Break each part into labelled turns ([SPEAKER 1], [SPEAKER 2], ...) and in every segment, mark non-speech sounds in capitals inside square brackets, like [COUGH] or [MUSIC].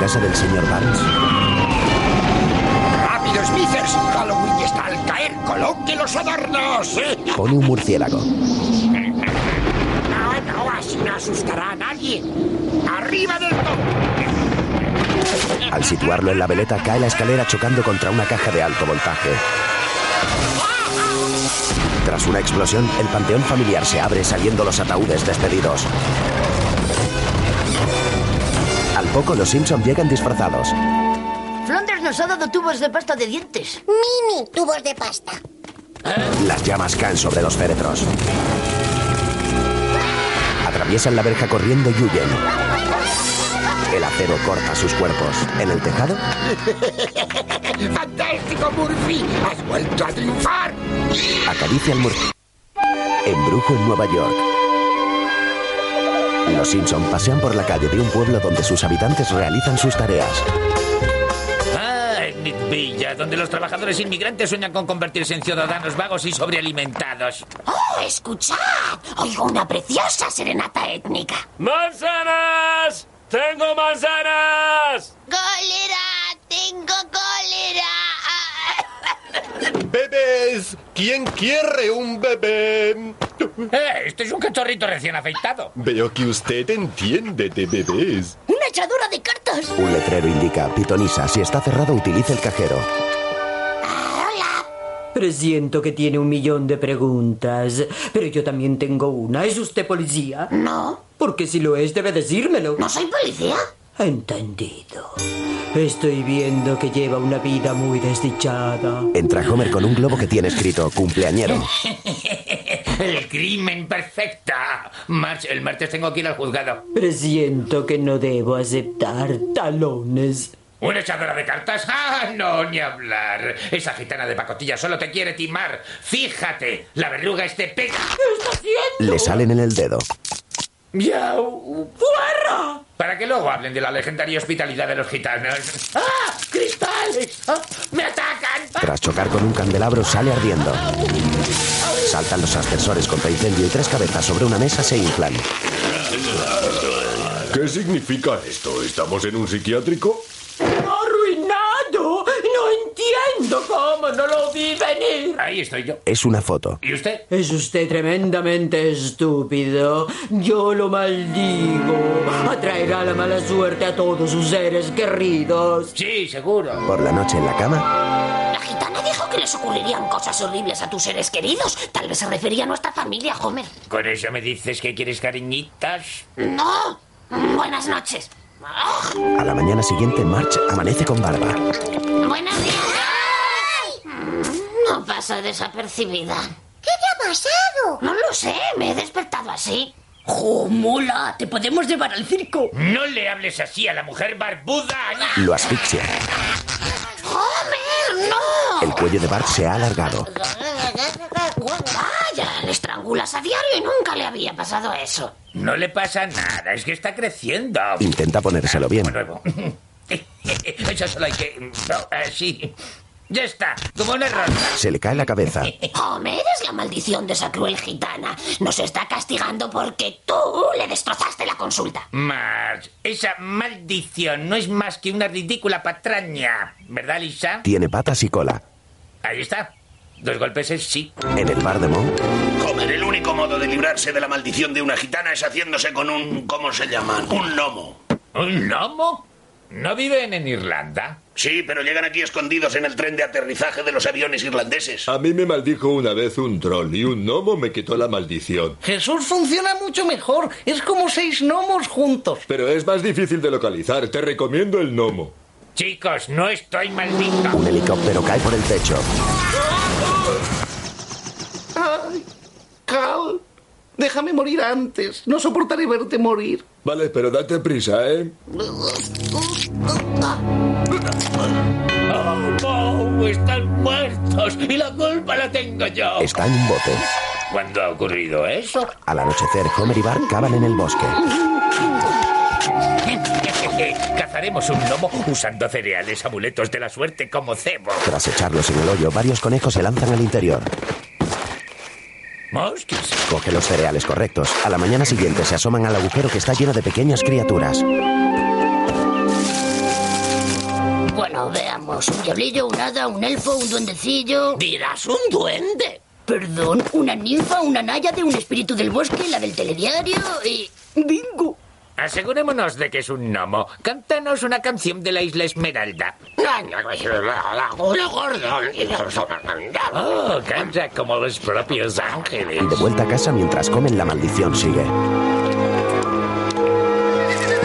[SPEAKER 1] casa del señor Barnes.
[SPEAKER 2] ¡Rápido, Smithers! ¡Halloween está al caer! ¡Coloque los adornos!
[SPEAKER 1] Pone un murciélago.
[SPEAKER 2] No, no, así no asustará a nadie. ¡Arriba del todo!
[SPEAKER 1] Al situarlo en la veleta cae la escalera chocando contra una caja de alto voltaje. Tras una explosión, el panteón familiar se abre saliendo los ataúdes despedidos. Al poco los Simpson llegan disfrazados.
[SPEAKER 3] Flanders nos ha dado tubos de pasta de dientes.
[SPEAKER 4] Mini, tubos de pasta.
[SPEAKER 1] Las llamas caen sobre los féretros. Atraviesan la verja corriendo y huyen. El acero corta sus cuerpos. En el tejado,
[SPEAKER 2] ¡Fantástico, Murphy! ¡Has vuelto a triunfar!
[SPEAKER 1] acaricia al murciélago. Embrujo en Nueva York. Los Simpson pasean por la calle de un pueblo donde sus habitantes realizan sus tareas.
[SPEAKER 5] Ah, en Nick Villa, donde los trabajadores inmigrantes sueñan con convertirse en ciudadanos vagos y sobrealimentados.
[SPEAKER 4] ¡Oh, escuchad! Oigo una preciosa serenata étnica.
[SPEAKER 6] ¡Manzanas! ¡Tengo manzanas!
[SPEAKER 4] ¡Cólera! ¡Tengo [LAUGHS] cólera!
[SPEAKER 7] Bebés, ¿quién quiere un bebé?
[SPEAKER 5] ¡Eh! Esto es un cachorrito recién afeitado.
[SPEAKER 7] Veo que usted entiende de bebés.
[SPEAKER 3] ¡Una echadura de cartas!
[SPEAKER 1] Un letrero indica, pitonisa, si está cerrado utilice el cajero.
[SPEAKER 8] Presiento que tiene un millón de preguntas, pero yo también tengo una. ¿Es usted policía?
[SPEAKER 4] No,
[SPEAKER 8] Porque si lo es, debe decírmelo.
[SPEAKER 4] no soy policía.
[SPEAKER 8] Entendido. Estoy viendo que lleva una vida muy desdichada.
[SPEAKER 1] Entra Homer con un globo que tiene escrito cumpleañero.
[SPEAKER 5] El crimen perfecta. March, el martes tengo que ir al juzgado.
[SPEAKER 8] Presiento que no debo aceptar talones.
[SPEAKER 5] ¿Una echadora de cartas? ¡Ah, no, ni hablar! Esa gitana de pacotilla solo te quiere timar. Fíjate, la verruga es de pega.
[SPEAKER 1] Le salen en el dedo.
[SPEAKER 5] ¡Miau! ¡Fuera! Para que luego hablen de la legendaria hospitalidad de los gitanos. ¡Ah! ¡Cristales! ¡Ah! ¡Me atacan!
[SPEAKER 1] Tras chocar con un candelabro sale ardiendo. Saltan los ascensores contra incendio y tres cabezas sobre una mesa se inflan.
[SPEAKER 7] ¿Qué significa esto? ¿Estamos en un psiquiátrico?
[SPEAKER 8] ¡Arruinado! ¡No entiendo cómo no lo vi venir!
[SPEAKER 5] Ahí estoy yo.
[SPEAKER 1] Es una foto.
[SPEAKER 5] ¿Y usted?
[SPEAKER 8] Es usted tremendamente estúpido. Yo lo maldigo. Atraerá la mala suerte a todos sus seres queridos.
[SPEAKER 5] Sí, seguro.
[SPEAKER 1] Por la noche en la cama,
[SPEAKER 4] La gitana dijo que les ocurrirían cosas horribles a tus seres queridos. Tal vez se refería a nuestra familia, Homer.
[SPEAKER 5] ¿Con eso me dices que quieres cariñitas?
[SPEAKER 4] No. Buenas noches. Ah,
[SPEAKER 1] a la mañana siguiente March amanece con barba.
[SPEAKER 4] buenos días. Mm, No pasa desapercibida.
[SPEAKER 9] ¿Qué te ha pasado?
[SPEAKER 4] No lo sé, me he despertado así.
[SPEAKER 3] ¡Jo, mola! ¡Te podemos llevar al circo!
[SPEAKER 5] No le hables así a la mujer barbuda.
[SPEAKER 1] Lo asfixia.
[SPEAKER 4] ¡Homer, no!
[SPEAKER 1] El cuello de Bart se ha alargado.
[SPEAKER 4] Vaya, le estrangulas a diario y nunca le había pasado eso.
[SPEAKER 5] No le pasa nada, es que está creciendo.
[SPEAKER 1] Intenta ponérselo bien.
[SPEAKER 5] Como nuevo. [LAUGHS] Eso solo hay que... no, así. Ya está, como una rosa.
[SPEAKER 1] Se le cae la cabeza.
[SPEAKER 4] Homer es la maldición de esa cruel gitana. Nos está castigando porque tú le destrozaste la consulta.
[SPEAKER 5] Marge, esa maldición no es más que una ridícula patraña. ¿Verdad, Lisa?
[SPEAKER 1] Tiene patas y cola.
[SPEAKER 5] Ahí está. Dos golpes es sí.
[SPEAKER 1] En el bar de Mo,
[SPEAKER 10] Homer, el único modo de librarse de la maldición de una gitana es haciéndose con un... ¿Cómo se llaman? Un gnomo.
[SPEAKER 5] ¿Un gnomo? ¿No viven en Irlanda?
[SPEAKER 10] Sí, pero llegan aquí escondidos en el tren de aterrizaje de los aviones irlandeses.
[SPEAKER 7] A mí me maldijo una vez un troll y un gnomo me quitó la maldición.
[SPEAKER 11] Jesús funciona mucho mejor. Es como seis gnomos juntos.
[SPEAKER 7] Pero es más difícil de localizar. Te recomiendo el gnomo.
[SPEAKER 5] Chicos, no estoy maldito.
[SPEAKER 1] un helicóptero cae por el techo.
[SPEAKER 11] Cal, déjame morir antes. No soportaré verte morir.
[SPEAKER 7] Vale, pero date prisa, ¿eh?
[SPEAKER 5] ¡Oh, no! ¡Están muertos! ¡Y la culpa la tengo yo!
[SPEAKER 1] Está en un bote.
[SPEAKER 5] ¿Cuándo ha ocurrido eso? [LAUGHS]
[SPEAKER 1] Al anochecer, Homer y Bart cavan en el bosque.
[SPEAKER 5] Cazaremos un gnomo usando cereales, amuletos de la suerte como cebo.
[SPEAKER 1] Tras echarlos en el hoyo, varios conejos se lanzan al interior.
[SPEAKER 5] Moscas.
[SPEAKER 1] Coge los cereales correctos. A la mañana siguiente se asoman al agujero que está lleno de pequeñas criaturas.
[SPEAKER 3] Bueno, veamos. Un diablillo, un hada, un elfo, un duendecillo.
[SPEAKER 12] Dirás un duende.
[SPEAKER 3] Perdón, una ninfa, una naya de un espíritu del bosque, la del telediario y. ¡Bingo!
[SPEAKER 5] Asegurémonos de que es un gnomo. Cántanos una canción de la isla Esmeralda. Oh, canta como los propios ángeles.
[SPEAKER 1] Y de vuelta a casa mientras comen, la maldición sigue.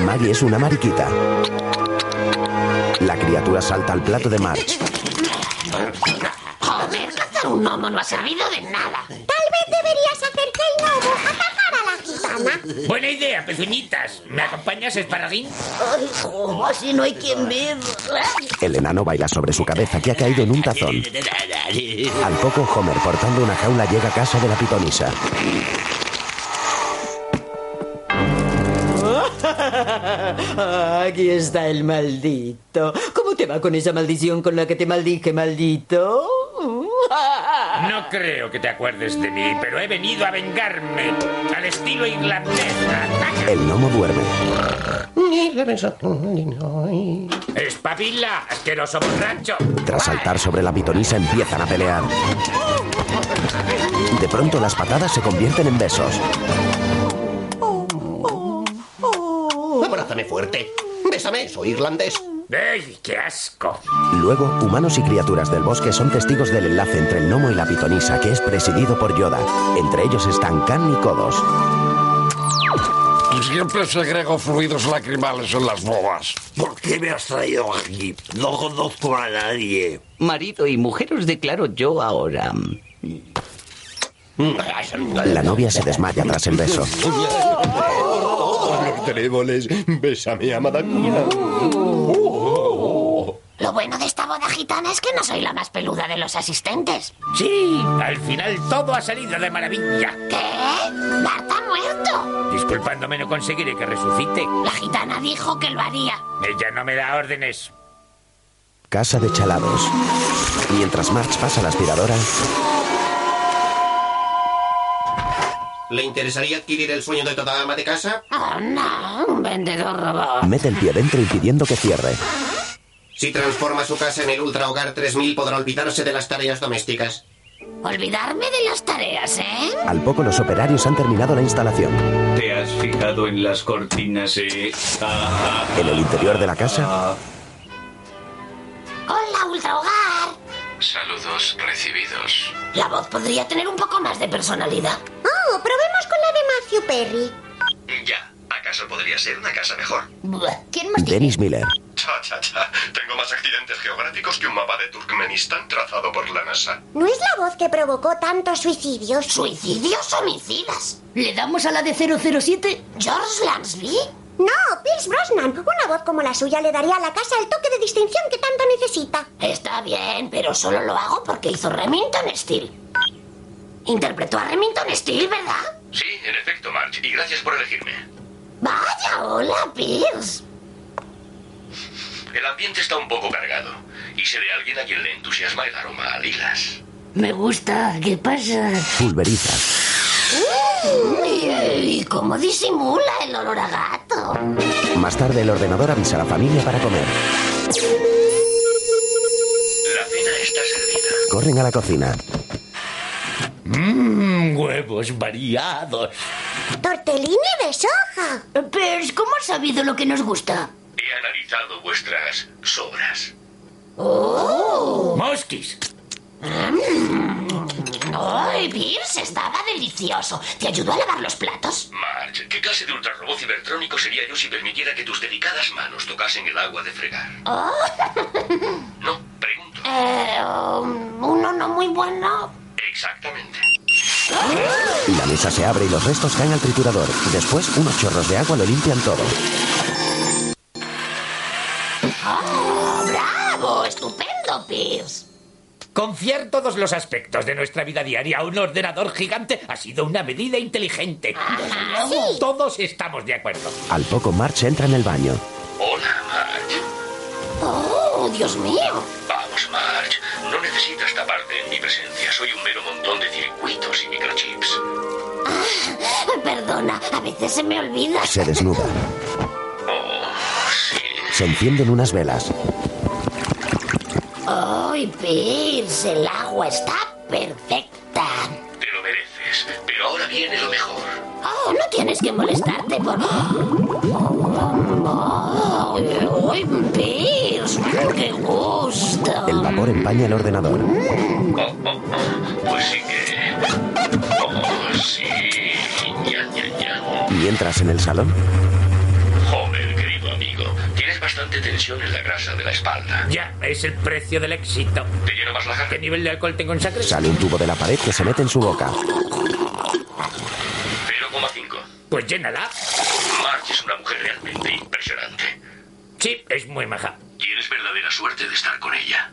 [SPEAKER 1] Maggie es una mariquita. La criatura salta al plato de March.
[SPEAKER 4] Joder, cazar un gnomo no ha servido de nada.
[SPEAKER 9] Tal vez deberías hacerte el lobo a cazar a la gitana.
[SPEAKER 5] Buena idea, pezuñitas. ¿Me acompañas, esparaguín?
[SPEAKER 3] Ay, jo, así no hay quien viva.
[SPEAKER 1] El enano baila sobre su cabeza que ha caído en un tazón. Al poco, Homer, portando una jaula, llega a casa de la pitonisa.
[SPEAKER 8] [LAUGHS] Aquí está el maldito. ¿Cómo te va con esa maldición con la que te maldije, maldito?
[SPEAKER 5] No creo que te acuerdes de mí, pero he venido a vengarme. Al estilo irlandés.
[SPEAKER 1] El gnomo duerme.
[SPEAKER 5] ¡Espabila! ¡Asqueroso borracho!
[SPEAKER 1] Tras saltar sobre la pitonisa, empiezan a pelear. De pronto, las patadas se convierten en besos.
[SPEAKER 13] Abrázame fuerte. Bésame, soy irlandés.
[SPEAKER 5] ¡Ey, qué asco!
[SPEAKER 1] Luego, humanos y criaturas del bosque son testigos del enlace entre el gnomo y la pitonisa, que es presidido por Yoda. Entre ellos están Khan y Kodos.
[SPEAKER 14] Siempre segrego fluidos lacrimales en las bobas.
[SPEAKER 15] ¿Por qué me has traído aquí? No conozco a nadie.
[SPEAKER 12] Marido y mujer os declaro yo ahora.
[SPEAKER 1] La novia se desmaya tras el beso.
[SPEAKER 7] Todos los tréboles, bésame, amada mía.
[SPEAKER 4] Lo bueno de esta boda gitana es que no soy la más peluda de los asistentes.
[SPEAKER 5] Sí, al final todo ha salido de maravilla.
[SPEAKER 4] ¿Qué? ¡Marta ha muerto!
[SPEAKER 5] Disculpándome, no conseguiré que resucite.
[SPEAKER 4] La gitana dijo que lo haría.
[SPEAKER 5] Ella no me da órdenes.
[SPEAKER 1] Casa de chalados. Mientras March pasa la aspiradora,
[SPEAKER 13] ¿Le interesaría adquirir el sueño de toda ama de casa?
[SPEAKER 4] Oh, no, un vendedor robot.
[SPEAKER 1] mete el pie dentro impidiendo que cierre.
[SPEAKER 13] Si transforma su casa en el Ultra Hogar 3000 podrá olvidarse de las tareas domésticas.
[SPEAKER 4] Olvidarme de las tareas, ¿eh?
[SPEAKER 1] Al poco, los operarios han terminado la instalación.
[SPEAKER 16] ¿Te has fijado en las cortinas, eh? Ah, ah,
[SPEAKER 1] En el interior de la casa,
[SPEAKER 4] Hola, Ultra Hogar.
[SPEAKER 16] Saludos recibidos.
[SPEAKER 4] La voz podría tener un poco más de personalidad.
[SPEAKER 9] Oh, probemos con la de Matthew Perry.
[SPEAKER 16] Ya, ¿acaso podría ser una casa mejor?
[SPEAKER 4] Buah, ¿Quién
[SPEAKER 1] Dennis Miller.
[SPEAKER 16] Cha, cha, cha. Tengo más accidentes geográficos que un mapa de Turkmenistán trazado por la NASA.
[SPEAKER 9] ¿No es la voz que provocó tantos suicidios?
[SPEAKER 4] ¿Suicidios homicidas?
[SPEAKER 3] ¿Le damos a la de 007?
[SPEAKER 4] ¿George Lansley?
[SPEAKER 9] No, Pierce Brosnan. Una voz como la suya le daría a la casa el toque de distinción que tanto necesita.
[SPEAKER 4] Está bien, pero solo lo hago porque hizo Remington Steel. Interpretó a Remington Steel, ¿verdad?
[SPEAKER 16] Sí, en efecto, March, y gracias por elegirme.
[SPEAKER 4] Vaya, hola, Pierce.
[SPEAKER 16] El ambiente está un poco cargado, y seré alguien a quien le entusiasma el aroma a lilas.
[SPEAKER 3] Me gusta. ¿Qué pasa?
[SPEAKER 1] Pulveriza.
[SPEAKER 4] ¿Y cómo disimula el olor a gato?
[SPEAKER 1] Más tarde, el ordenador avisa a la familia para comer.
[SPEAKER 16] La cena está servida.
[SPEAKER 1] Corren a la cocina.
[SPEAKER 5] Mmm, huevos variados.
[SPEAKER 9] Tortellini de soja.
[SPEAKER 3] Pers, ¿cómo has sabido lo que nos gusta?
[SPEAKER 16] He analizado vuestras sobras.
[SPEAKER 5] Mosquis.
[SPEAKER 4] ¡Ay, Pierce! Estaba delicioso. ¿Te ayudó a lavar los platos?
[SPEAKER 16] March, ¿qué clase de ultrarrobot cibertrónico sería yo si permitiera que tus delicadas manos tocasen el agua de fregar? No, pregunto.
[SPEAKER 4] Eh, um, uno no muy bueno.
[SPEAKER 16] Exactamente.
[SPEAKER 1] La mesa se abre y los restos caen al triturador. Después, unos chorros de agua lo limpian todo.
[SPEAKER 4] ¡Oh, bravo! ¡Estupendo, Pierce!
[SPEAKER 5] Confiar todos los aspectos de nuestra vida diaria a un ordenador gigante ha sido una medida inteligente.
[SPEAKER 4] Ah,
[SPEAKER 5] Todos estamos de acuerdo.
[SPEAKER 1] Al poco, March entra en el baño.
[SPEAKER 16] Hola, March.
[SPEAKER 4] ¡Oh, Dios mío!
[SPEAKER 16] Vamos, March. No necesitas taparte en mi presencia. Soy un mero montón de circuitos y microchips.
[SPEAKER 4] Ah, Perdona, a veces se me olvida.
[SPEAKER 1] Se desnuda.
[SPEAKER 16] Oh, sí.
[SPEAKER 1] Se encienden unas velas.
[SPEAKER 4] ¡Ay, Pierce! El agua está perfecta.
[SPEAKER 16] Te lo mereces. Pero ahora viene lo mejor.
[SPEAKER 4] Oh, no tienes que molestarte por. ¡Ay, Pierce! ¡Qué gusto!
[SPEAKER 1] El vapor empaña el ordenador.
[SPEAKER 16] Oh, oh, oh. Pues sí que. Oh, sí. Ya, ya, ya.
[SPEAKER 1] Y entras en el salón.
[SPEAKER 16] Joder, querido amigo. Tienes bastante tensión en la grasa de la espalda.
[SPEAKER 5] Ya, es el precio del éxito.
[SPEAKER 16] ¿Te lleno más la jaca?
[SPEAKER 5] ¿Qué nivel de alcohol tengo en sangre?
[SPEAKER 1] Sale un tubo de la pared que se mete en su boca.
[SPEAKER 16] 0,5.
[SPEAKER 5] Pues llénala.
[SPEAKER 16] Marge es una mujer realmente impresionante.
[SPEAKER 5] Sí, es muy maja. [LAUGHS]
[SPEAKER 16] Tienes verdadera suerte de estar con ella.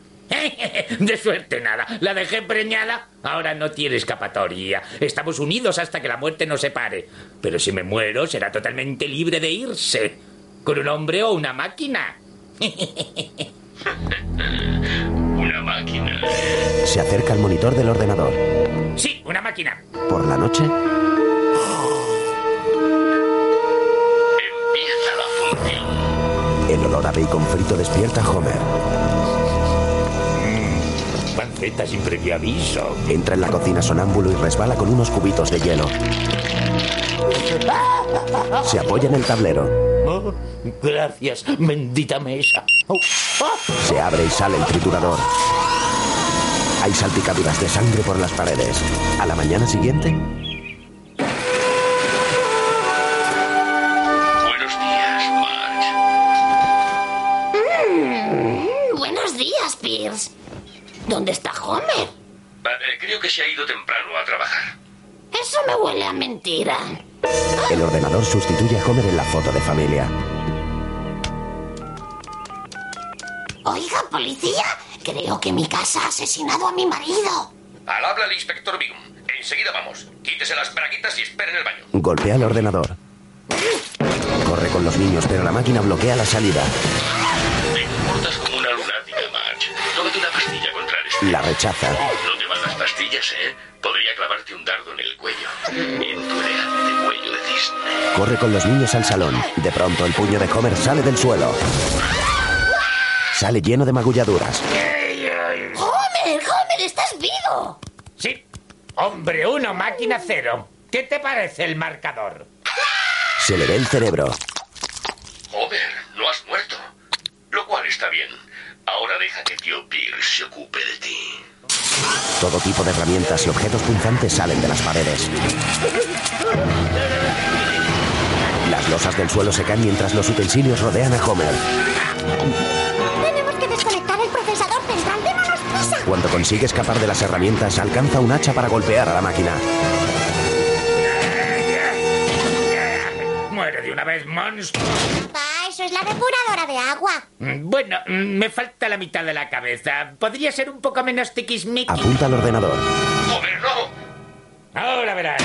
[SPEAKER 5] De suerte nada. La dejé preñada. Ahora no tiene escapatoria. Estamos unidos hasta que la muerte nos separe. Pero si me muero, será totalmente libre de irse. Con un hombre o una máquina.
[SPEAKER 16] [LAUGHS] Una máquina.
[SPEAKER 1] Se acerca al monitor del ordenador.
[SPEAKER 5] Sí, una máquina.
[SPEAKER 1] Por la noche,
[SPEAKER 16] Empieza la función.
[SPEAKER 1] el olor a bacon frito despierta a Homer.
[SPEAKER 5] Panceta sin previo aviso.
[SPEAKER 1] Entra en la cocina sonámbulo y resbala con unos cubitos de hielo. Se apoya en el tablero.
[SPEAKER 5] Oh, gracias, bendita mesa. Oh, ah.
[SPEAKER 1] Se abre y sale el triturador. Hay salpicaduras de sangre por las paredes. A la mañana siguiente,
[SPEAKER 16] Buenos días, Marge.
[SPEAKER 4] Mm, buenos días, Pierce. ¿Dónde está Homer?
[SPEAKER 16] Vale, creo que se ha ido temprano a trabajar.
[SPEAKER 4] Eso me huele a mentira.
[SPEAKER 1] el ordenador sustituye a Homer en la foto de familia.
[SPEAKER 4] Oiga, policía, creo que mi casa ha asesinado a mi marido.
[SPEAKER 16] Al habla el inspector Bigum. Enseguida vamos. Quítese las braguitas y espere en el baño.
[SPEAKER 1] Golpea el ordenador. Corre con los niños, pero la máquina bloquea la salida.
[SPEAKER 16] Te comportas como una lunática, Marge. Tómate una pastilla contra el estrés.
[SPEAKER 1] La rechaza.
[SPEAKER 16] No te van las pastillas, ¿eh? Podría clavarte un dardo en el cuello. En tu elegante cuello de cisne.
[SPEAKER 1] Corre con los niños al salón. De pronto el puño de Homer sale del suelo. Sale lleno de magulladuras.
[SPEAKER 4] ¡Homer! ¡Homer! ¡Estás vivo!
[SPEAKER 5] Sí. Hombre uno, máquina cero. ¿Qué te parece el marcador?
[SPEAKER 1] Se le ve el cerebro.
[SPEAKER 16] Joder, no has muerto. Lo cual está bien. Ahora deja que tío Bill se ocupe de ti.
[SPEAKER 1] Todo tipo de herramientas y objetos punzantes salen de las paredes. Las losas del suelo se caen mientras los utensilios rodean a Homer.
[SPEAKER 9] Tenemos que desconectar el procesador central. ¡Démonos prisa!
[SPEAKER 1] Cuando consigue escapar de las herramientas, alcanza un hacha para golpear a la máquina.
[SPEAKER 5] Muere de una vez, monstruo.
[SPEAKER 9] Ah, eso es la depuradora de agua.
[SPEAKER 5] Mm, Bueno, mm, me falta la mitad de la cabeza. ¿Podría ser un poco menos tiquismiquis?
[SPEAKER 1] Apunta al ordenador.
[SPEAKER 16] Joder, no.
[SPEAKER 5] Ahora verás.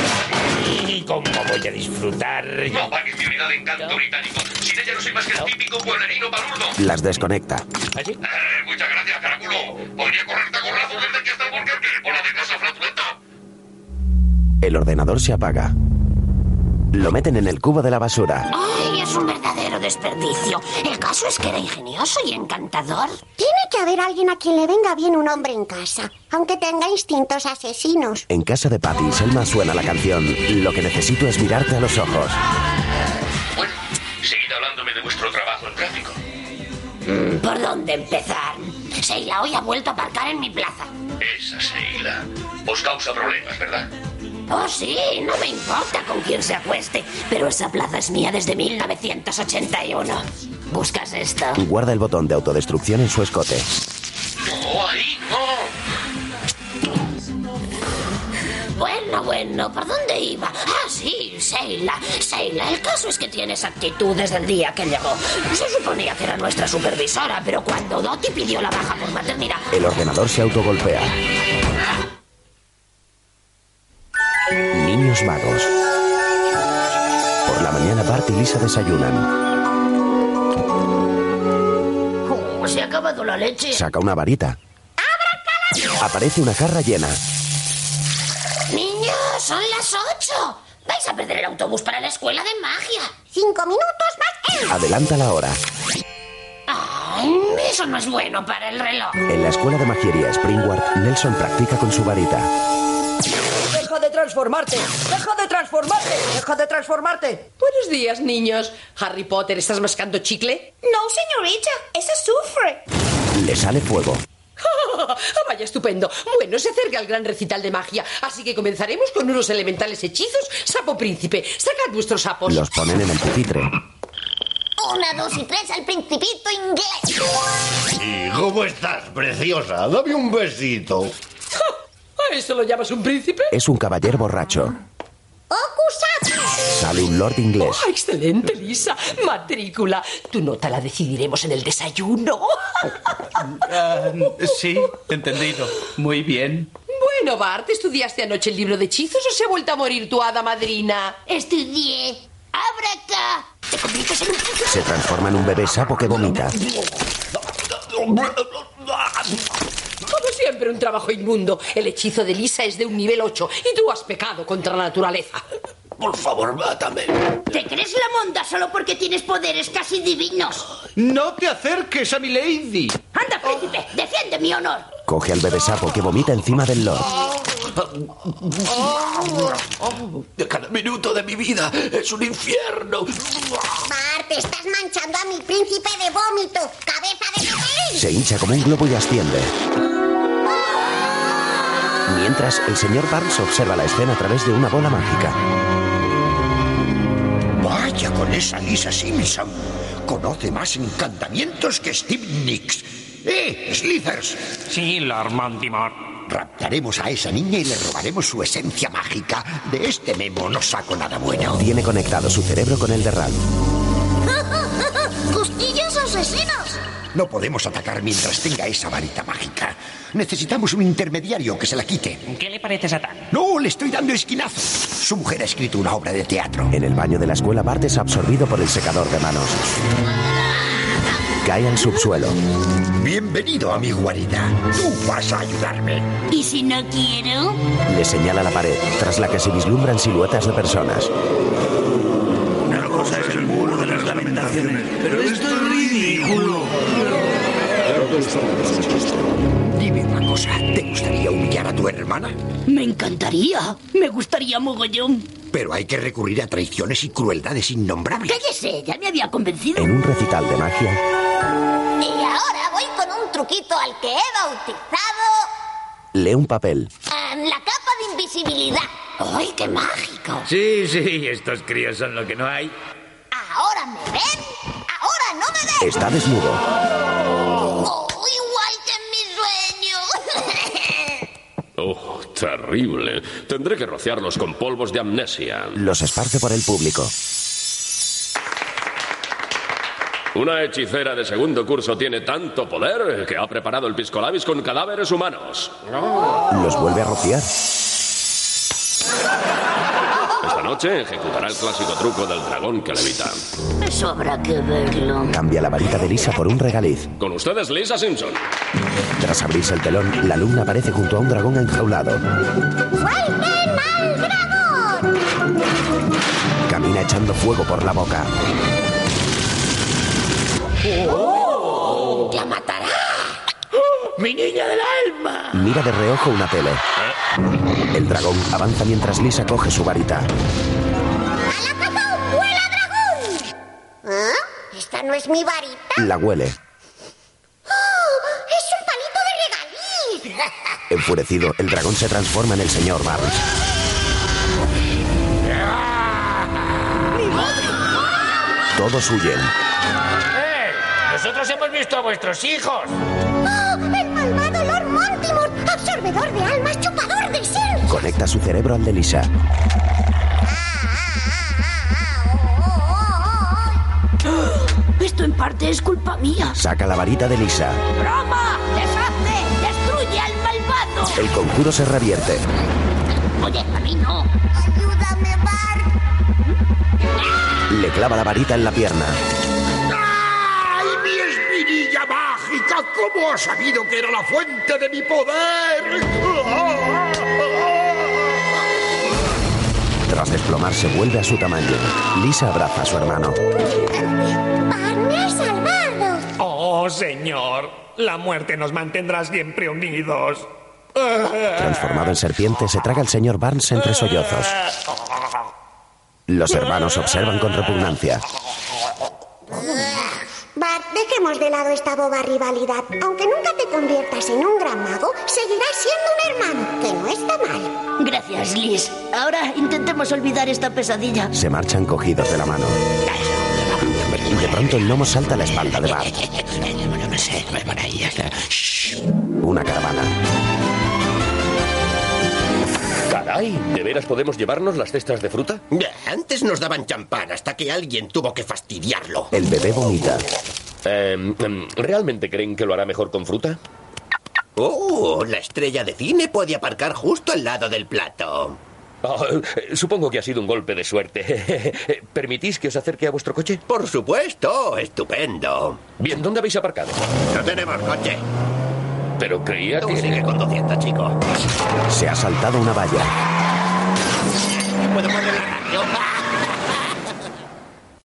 [SPEAKER 5] ¿Y cómo voy a disfrutar?
[SPEAKER 16] No pagues mi vida de encanto británico. Sin ella no soy más que el típico pueblerino palurdo.
[SPEAKER 1] Las desconecta.
[SPEAKER 5] ¿Así?
[SPEAKER 16] Eh, muchas gracias, caraculo. Podría correrte a gorrazos desde aquí hasta el Burger King por la desgracia flatulenta.
[SPEAKER 1] El ordenador se apaga. Lo meten en el cubo de la basura.
[SPEAKER 4] ¡Ay, es un verdadero desperdicio! El caso es que era ingenioso y encantador.
[SPEAKER 9] Tiene que haber alguien a quien le venga bien un hombre en casa, aunque tenga instintos asesinos.
[SPEAKER 1] En casa de Patty, Selma suena la canción Lo que necesito es mirarte a los ojos.
[SPEAKER 16] Bueno, seguid hablándome de vuestro trabajo en tráfico.
[SPEAKER 4] Mm, ¿Por dónde empezar? Seila hoy ha vuelto a aparcar en mi plaza.
[SPEAKER 16] Esa Seila. Os causa problemas, ¿verdad?
[SPEAKER 4] Oh, sí, no me importa con quién se acueste, pero esa plaza es mía desde 1981. ¿Buscas esto?
[SPEAKER 1] Guarda el botón de autodestrucción en su escote.
[SPEAKER 16] No, ahí no.
[SPEAKER 4] Bueno, bueno, ¿por dónde iba? Ah, sí, Seila. Seila, el caso es que tienes actitud desde el día que llegó. Se suponía que era nuestra supervisora, pero cuando Dottie pidió la baja por maternidad...
[SPEAKER 1] El ordenador se autogolpea. Niños vagos. Por la mañana Bart y Lisa desayunan.
[SPEAKER 4] ¡uh,
[SPEAKER 3] Oh, se ha acabado la leche.
[SPEAKER 1] Saca una varita. Aparece una jarra llena.
[SPEAKER 4] Niños, son las ocho. Vais a perder el autobús para la escuela de magia.
[SPEAKER 9] Cinco minutos más.
[SPEAKER 1] Adelanta la hora.
[SPEAKER 4] ¡Ay, me
[SPEAKER 17] Eso no es bueno para el reloj.
[SPEAKER 1] En la escuela de magiería Springward, Nelson practica con su varita.
[SPEAKER 18] ¡Deja de transformarte! ¡Deja de transformarte! ¡Deja de transformarte!
[SPEAKER 8] Buenos días, niños. Harry Potter, ¿estás mascando chicle?
[SPEAKER 19] No, señorita, eso sufre.
[SPEAKER 1] Le sale fuego.
[SPEAKER 8] Ah, Vaya estupendo. Bueno, se acerca el gran recital de magia, así que comenzaremos con unos elementales hechizos. Sapo príncipe, sacad vuestros sapos.
[SPEAKER 1] Los ponen en el pupitre.
[SPEAKER 19] Una, dos y tres al principito inglés.
[SPEAKER 13] ¿Y cómo estás, preciosa? Dame un besito.
[SPEAKER 8] [LAUGHS] ¿A eso lo llamas un príncipe?
[SPEAKER 1] Es un caballero borracho. Sale un lord inglés.
[SPEAKER 8] Ah, excelente, Lisa. Matrícula. Tu nota la decidiremos en el desayuno.
[SPEAKER 20] sí, entendido. Muy bien.
[SPEAKER 8] Bueno, Bart, ¿estudiaste anoche el libro de hechizos o se ha vuelto a morir tu hada madrina?
[SPEAKER 17] Estudié. ¡Abra acá! Te conviertes en un príncipe.
[SPEAKER 1] Se transforma en un bebé sapo que vomita.
[SPEAKER 8] Como siempre, un trabajo inmundo. El hechizo de Lisa es de un nivel 8 y tú has pecado contra la naturaleza.
[SPEAKER 13] Por favor, mátame.
[SPEAKER 3] ¿Te crees la monda solo porque tienes poderes casi divinos?
[SPEAKER 20] No te acerques a mi lady. Oh.
[SPEAKER 3] ¡Anda, príncipe! ¡Defiende mi honor!
[SPEAKER 1] Coge al bebé sapo que vomita encima del lord.
[SPEAKER 13] Cada minuto de mi vida es un infierno.
[SPEAKER 4] Bart, estás manchando a mi príncipe de vómito. ¡Cabeza de papel!
[SPEAKER 1] Se hincha como un globo y asciende. Mientras, el señor Barnes observa la escena a través de una bola mágica.
[SPEAKER 5] Vaya con esa Lisa Simpson. Conoce más encantamientos que Steve Nicks. ¡Eh, Slithers!
[SPEAKER 20] Sí, Lord Montimore.
[SPEAKER 5] Raptaremos a esa niña y le robaremos su esencia mágica. De este memo no saco nada bueno.
[SPEAKER 1] Tiene conectado su cerebro con el de Ralph.
[SPEAKER 17] [LAUGHS]
[SPEAKER 19] ¡Costillas asesinas!
[SPEAKER 5] No podemos atacar mientras tenga esa varita mágica. Necesitamos un intermediario que se la quite.
[SPEAKER 21] ¿Qué le parece Satán?
[SPEAKER 5] No, le estoy dando esquinazo. Su mujer ha escrito una obra de teatro.
[SPEAKER 1] En el baño de la escuela, Bart es absorbido por el secador de manos. Cae al subsuelo.
[SPEAKER 5] Bienvenido a mi guarida. Tú vas a ayudarme.
[SPEAKER 3] ¿Y si no quiero?
[SPEAKER 1] Le señala la pared, tras la que se vislumbran siluetas de personas.
[SPEAKER 13] Una cosa es el muro de las lamentaciones, pero esto es ridículo.
[SPEAKER 5] Dime una cosa, ¿te gustaría humillar a tu hermana?
[SPEAKER 3] Me encantaría. Me gustaría mogollón.
[SPEAKER 5] Pero hay que recurrir a traiciones y crueldades innombrables.
[SPEAKER 3] Cállese, ya me había convencido.
[SPEAKER 1] En un recital de magia,
[SPEAKER 4] Y ahora voy con un truquito al que he bautizado
[SPEAKER 1] lee un papel.
[SPEAKER 4] ah, la capa de invisibilidad.
[SPEAKER 17] ¡Ay, qué mágico!
[SPEAKER 22] Sí, sí, estos críos son lo que no hay.
[SPEAKER 4] Ahora me ven, ahora no me ven.
[SPEAKER 1] Está desnudo.
[SPEAKER 4] Oh, igual que en mi sueño. [LAUGHS]
[SPEAKER 7] Oh, terrible. Tendré que rociarlos con polvos de amnesia.
[SPEAKER 1] Los esparce por el público.
[SPEAKER 7] Una hechicera de segundo curso tiene tanto poder que ha preparado el piscolabis con cadáveres humanos.
[SPEAKER 1] Los vuelve a rociar.
[SPEAKER 7] Esta noche ejecutará el clásico truco del dragón que levita.
[SPEAKER 3] Eso habrá que verlo.
[SPEAKER 1] Cambia la varita de Lisa por un regaliz.
[SPEAKER 7] Con ustedes, Lisa Simpson.
[SPEAKER 1] Tras abrirse el telón, la alumna aparece junto a un dragón enjaulado.
[SPEAKER 4] ¡Suelten al dragón!
[SPEAKER 1] Camina echando fuego por la boca.
[SPEAKER 4] Oh.
[SPEAKER 17] ¡La matará! ¡Mi niña del alma!
[SPEAKER 1] Mira de reojo una tele. El dragón avanza mientras Lisa coge su varita.
[SPEAKER 4] ¡A la cazón, vuela dragón! ¿Ah? ¿Esta no es mi varita?
[SPEAKER 1] La huele.
[SPEAKER 4] ¡Oh! ¡Es un palito de regaliz!
[SPEAKER 1] Enfurecido, el dragón se transforma en el señor Barnes. Todos huyen.
[SPEAKER 22] ¡Eh! Nosotros hemos visto a vuestros hijos.
[SPEAKER 4] [LAUGHS] ¡Oh! ¡El malvado Lord Montimore! ¡Absorbedor de almas, chupador de ser!
[SPEAKER 1] Conecta su cerebro al de Lisa.
[SPEAKER 4] Ah, oh,
[SPEAKER 3] Esto en parte es culpa mía.
[SPEAKER 1] Saca la varita de Lisa.
[SPEAKER 3] ¡Broma! ¡Deshace! ¡Destruye al malvado!
[SPEAKER 1] El conjuro se revierte.
[SPEAKER 3] Oye, a mí no.
[SPEAKER 4] oh. ¡Ayúdame, Bart!
[SPEAKER 1] Le clava la varita en la pierna.
[SPEAKER 5] ¡Ay, mi espinilla mágica! ¿Cómo has sabido que era la fuente de mi poder?
[SPEAKER 1] Tras desplomarse, vuelve a su tamaño. Lisa abraza a su hermano.
[SPEAKER 4] ¡Bart me ha salvado!
[SPEAKER 20] Oh,
[SPEAKER 5] Señor, la muerte nos mantendrá siempre [LAUGHS] unidos.
[SPEAKER 1] Transformado en serpiente, se traga al señor Barnes entre sollozos. Los hermanos observan con repugnancia.
[SPEAKER 4] Bart, dejemos de lado esta boba rivalidad. Aunque nunca te conviertas en un gran mago, seguirás siendo un hermano, que no está mal.
[SPEAKER 3] Gracias, Liz. Ahora intentemos olvidar esta pesadilla.
[SPEAKER 1] Se marchan cogidos de la mano. De pronto el gnomo salta a la espalda de Bart. Una caravana.
[SPEAKER 23] Caray, ¿de veras podemos llevarnos las cestas de fruta?
[SPEAKER 13] Antes nos daban champán hasta que alguien tuvo que fastidiarlo.
[SPEAKER 1] El bebé vomita.
[SPEAKER 23] Em, em, ¿Realmente creen que lo hará mejor con fruta?
[SPEAKER 13] Oh, la estrella de cine puede aparcar justo al lado del plato.
[SPEAKER 23] Ah, eh, supongo que ha sido un golpe de suerte. [LAUGHS] ¿Permitís que os acerque a vuestro coche?
[SPEAKER 13] Por supuesto, estupendo.
[SPEAKER 23] Bien, ¿dónde habéis aparcado?
[SPEAKER 13] No tenemos coche.
[SPEAKER 23] Pero creía
[SPEAKER 13] Tú
[SPEAKER 23] que...
[SPEAKER 13] sigue conduciendo, chico.
[SPEAKER 1] Se ha saltado una valla.